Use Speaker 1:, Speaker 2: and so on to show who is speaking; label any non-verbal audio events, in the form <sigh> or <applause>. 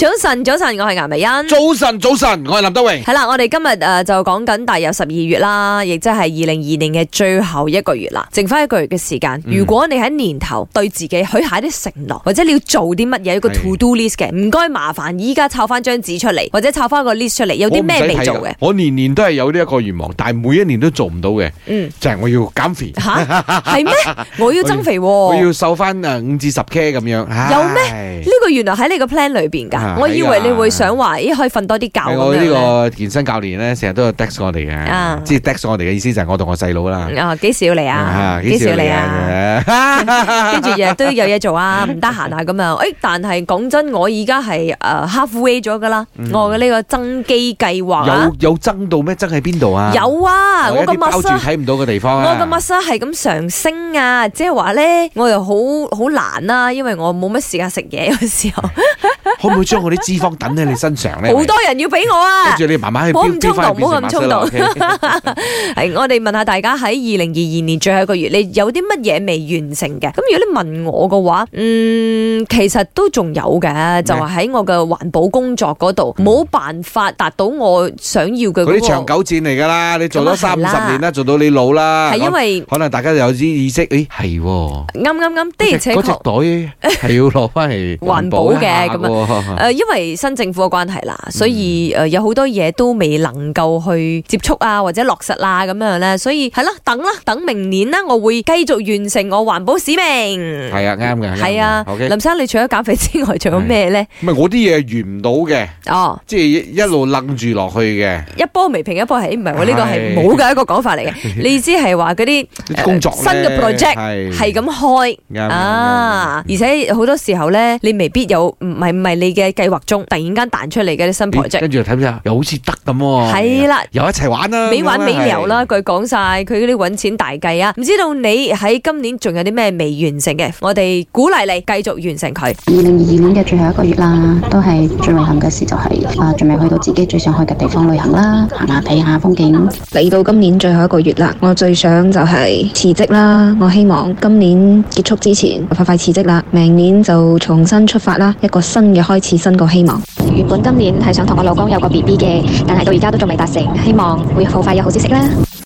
Speaker 1: 早晨，早晨，我係顏美欣。
Speaker 2: 早晨，早晨，我係林德榮。
Speaker 1: 係啦，我哋今日誒、呃就講緊踏入十二月啦，亦即係二零二年嘅最後一個月啦，剩翻一個月嘅時間。
Speaker 2: 嗯
Speaker 1: 如果你喺年頭對自己許下啲承諾，或者你要做啲乜嘢一個
Speaker 2: 係
Speaker 1: to do list 嘅，唔該麻煩依家抄翻張紙出嚟，或者抄翻個 list 出嚟，有啲咩
Speaker 2: 我唔使
Speaker 1: 未
Speaker 2: 睇
Speaker 1: 做
Speaker 2: 㗎
Speaker 1: 嘅？
Speaker 2: 我年年都係有呢一個願望，但係每一年都做唔到嘅，
Speaker 1: 嗯，
Speaker 2: 就係我要減肥，
Speaker 1: 吓係
Speaker 2: <laughs>
Speaker 1: 咩？我要增肥
Speaker 2: 我
Speaker 1: 喎、
Speaker 2: 要瘦翻誒五至十 K 咁樣。
Speaker 1: 哦有
Speaker 2: 咩
Speaker 1: 呢？個原來喺你個 plan 裏邊㗎
Speaker 2: 啊，
Speaker 1: 我以
Speaker 2: 係
Speaker 1: 為
Speaker 2: 啊
Speaker 1: 你會想話，咦可以瞓多啲覺
Speaker 2: 係
Speaker 1: 咁
Speaker 2: 我呢
Speaker 1: 樣呢
Speaker 2: 個健身教練咧，成日都有 text 我哋
Speaker 1: 啊
Speaker 2: 嘅，即係 text 我哋嘅意思就係我同我細佬啦。
Speaker 1: 啊幾時要嚟啊？幾時要嚟啊？？
Speaker 2: <laughs>
Speaker 1: 跟住日日都有嘢做啊，唔得閒啊咁樣。誒，但係講真，我而家係誒呃 halfway 咗噶啦，
Speaker 2: 嗯
Speaker 1: 我嘅呢個增肌計劃啊
Speaker 2: 有有增到咩？增喺邊度啊？
Speaker 1: 有啊，我
Speaker 2: 一
Speaker 1: 個
Speaker 2: 啲包住
Speaker 1: muscle。
Speaker 2: 睇唔到嘅地方
Speaker 1: 我
Speaker 2: 啊。
Speaker 1: 嘅 muscle 係咁上升啊，即係話咧，我又好好難啦、因為我冇乜時間食嘢，有時候好
Speaker 2: 可唔可以將我啲脂肪等喺你身上咧？
Speaker 1: 多人要俾我啊
Speaker 2: 跟。住你慢慢去
Speaker 1: 我
Speaker 2: 飆
Speaker 1: 唔衝
Speaker 2: 飆翻
Speaker 1: 動唔好咁衝動
Speaker 2: 變成 muscle 啦，OK？
Speaker 1: 係，我哋問下大家喺二零二二年最後一個月，你有啲乜嘢未完成嘅？咁如果你問我嘅話，嗯，其實都仲有嘅，就係喺我嘅環保工作嗰度，冇辦法達到我想要嘅嗰
Speaker 2: 嗰啲長
Speaker 1: 個。
Speaker 2: 久戰嚟㗎啦，你做咗
Speaker 1: 咁啊
Speaker 2: 三
Speaker 1: 係
Speaker 2: 五
Speaker 1: 啦
Speaker 2: 十年啦，做到你老啦，
Speaker 1: 係因為
Speaker 2: 可能大家有啲意識，誒係喎，
Speaker 1: 啱啱啱的而且
Speaker 2: 嗰隻
Speaker 1: 確。
Speaker 2: 袋係要攞
Speaker 1: <laughs>
Speaker 2: 翻嚟
Speaker 1: 環保
Speaker 2: 一下
Speaker 1: 嘅咁誒、
Speaker 2: 喎。
Speaker 1: 因為新政府嘅關係啦，所以誒、有好多嘢都未能夠去接觸啊，或者落實啦咁樣咧，所以係啦，等啦，等明年啦，我會繼續完成我環保使命。 <laughs>
Speaker 2: 係啊，啱嘅。
Speaker 1: 係啊，
Speaker 2: OK，
Speaker 1: 林生，你除咗減肥之外，仲有咩咧？
Speaker 2: 唔係我啲嘢完唔到嘅，
Speaker 1: 哦，
Speaker 2: 即係一路楞住落去嘅
Speaker 1: 一波未平一波起，唔係我呢個係
Speaker 2: 係
Speaker 1: 冇嘅一個講法嚟
Speaker 2: <laughs>
Speaker 1: 嘅。你意思係話嗰啲
Speaker 2: 啲工作
Speaker 1: 新嘅 project 係
Speaker 2: 係
Speaker 1: 咁開
Speaker 2: 啱
Speaker 1: 啊，而且好多時候咧，你未必有唔係唔
Speaker 2: 嗯
Speaker 1: 係你嘅計劃中，突然間彈出嚟嘅啲新
Speaker 2: 啱啱咦
Speaker 1: project，
Speaker 2: 跟住又睇下又好似得咁喎。
Speaker 1: 係啦。
Speaker 2: 又一齊玩啦，
Speaker 1: 美玩美聊啦，
Speaker 2: 咁
Speaker 1: 佢講晒佢嗰啲揾錢大計啊！唔知道你喺今年仲有啲咩未完成嘅，我哋鼓勵你繼續完成佢。
Speaker 3: 二零二二年嘅最後一個月啦，都係最遺憾嘅事就係、啊，仲未去到自己最想去嘅地方旅行啦，行下睇下風景。
Speaker 4: 嚟到今年最後一個月啦，我最想就係辭職啦。我希望今年結束之前快快辭職啦，明年就重新出發啦，一個新嘅開始，新個希望。
Speaker 5: 原本今年係想同我老公有個 B B 嘅，但係到而家都仲未達成，希望會好快有好消息啦。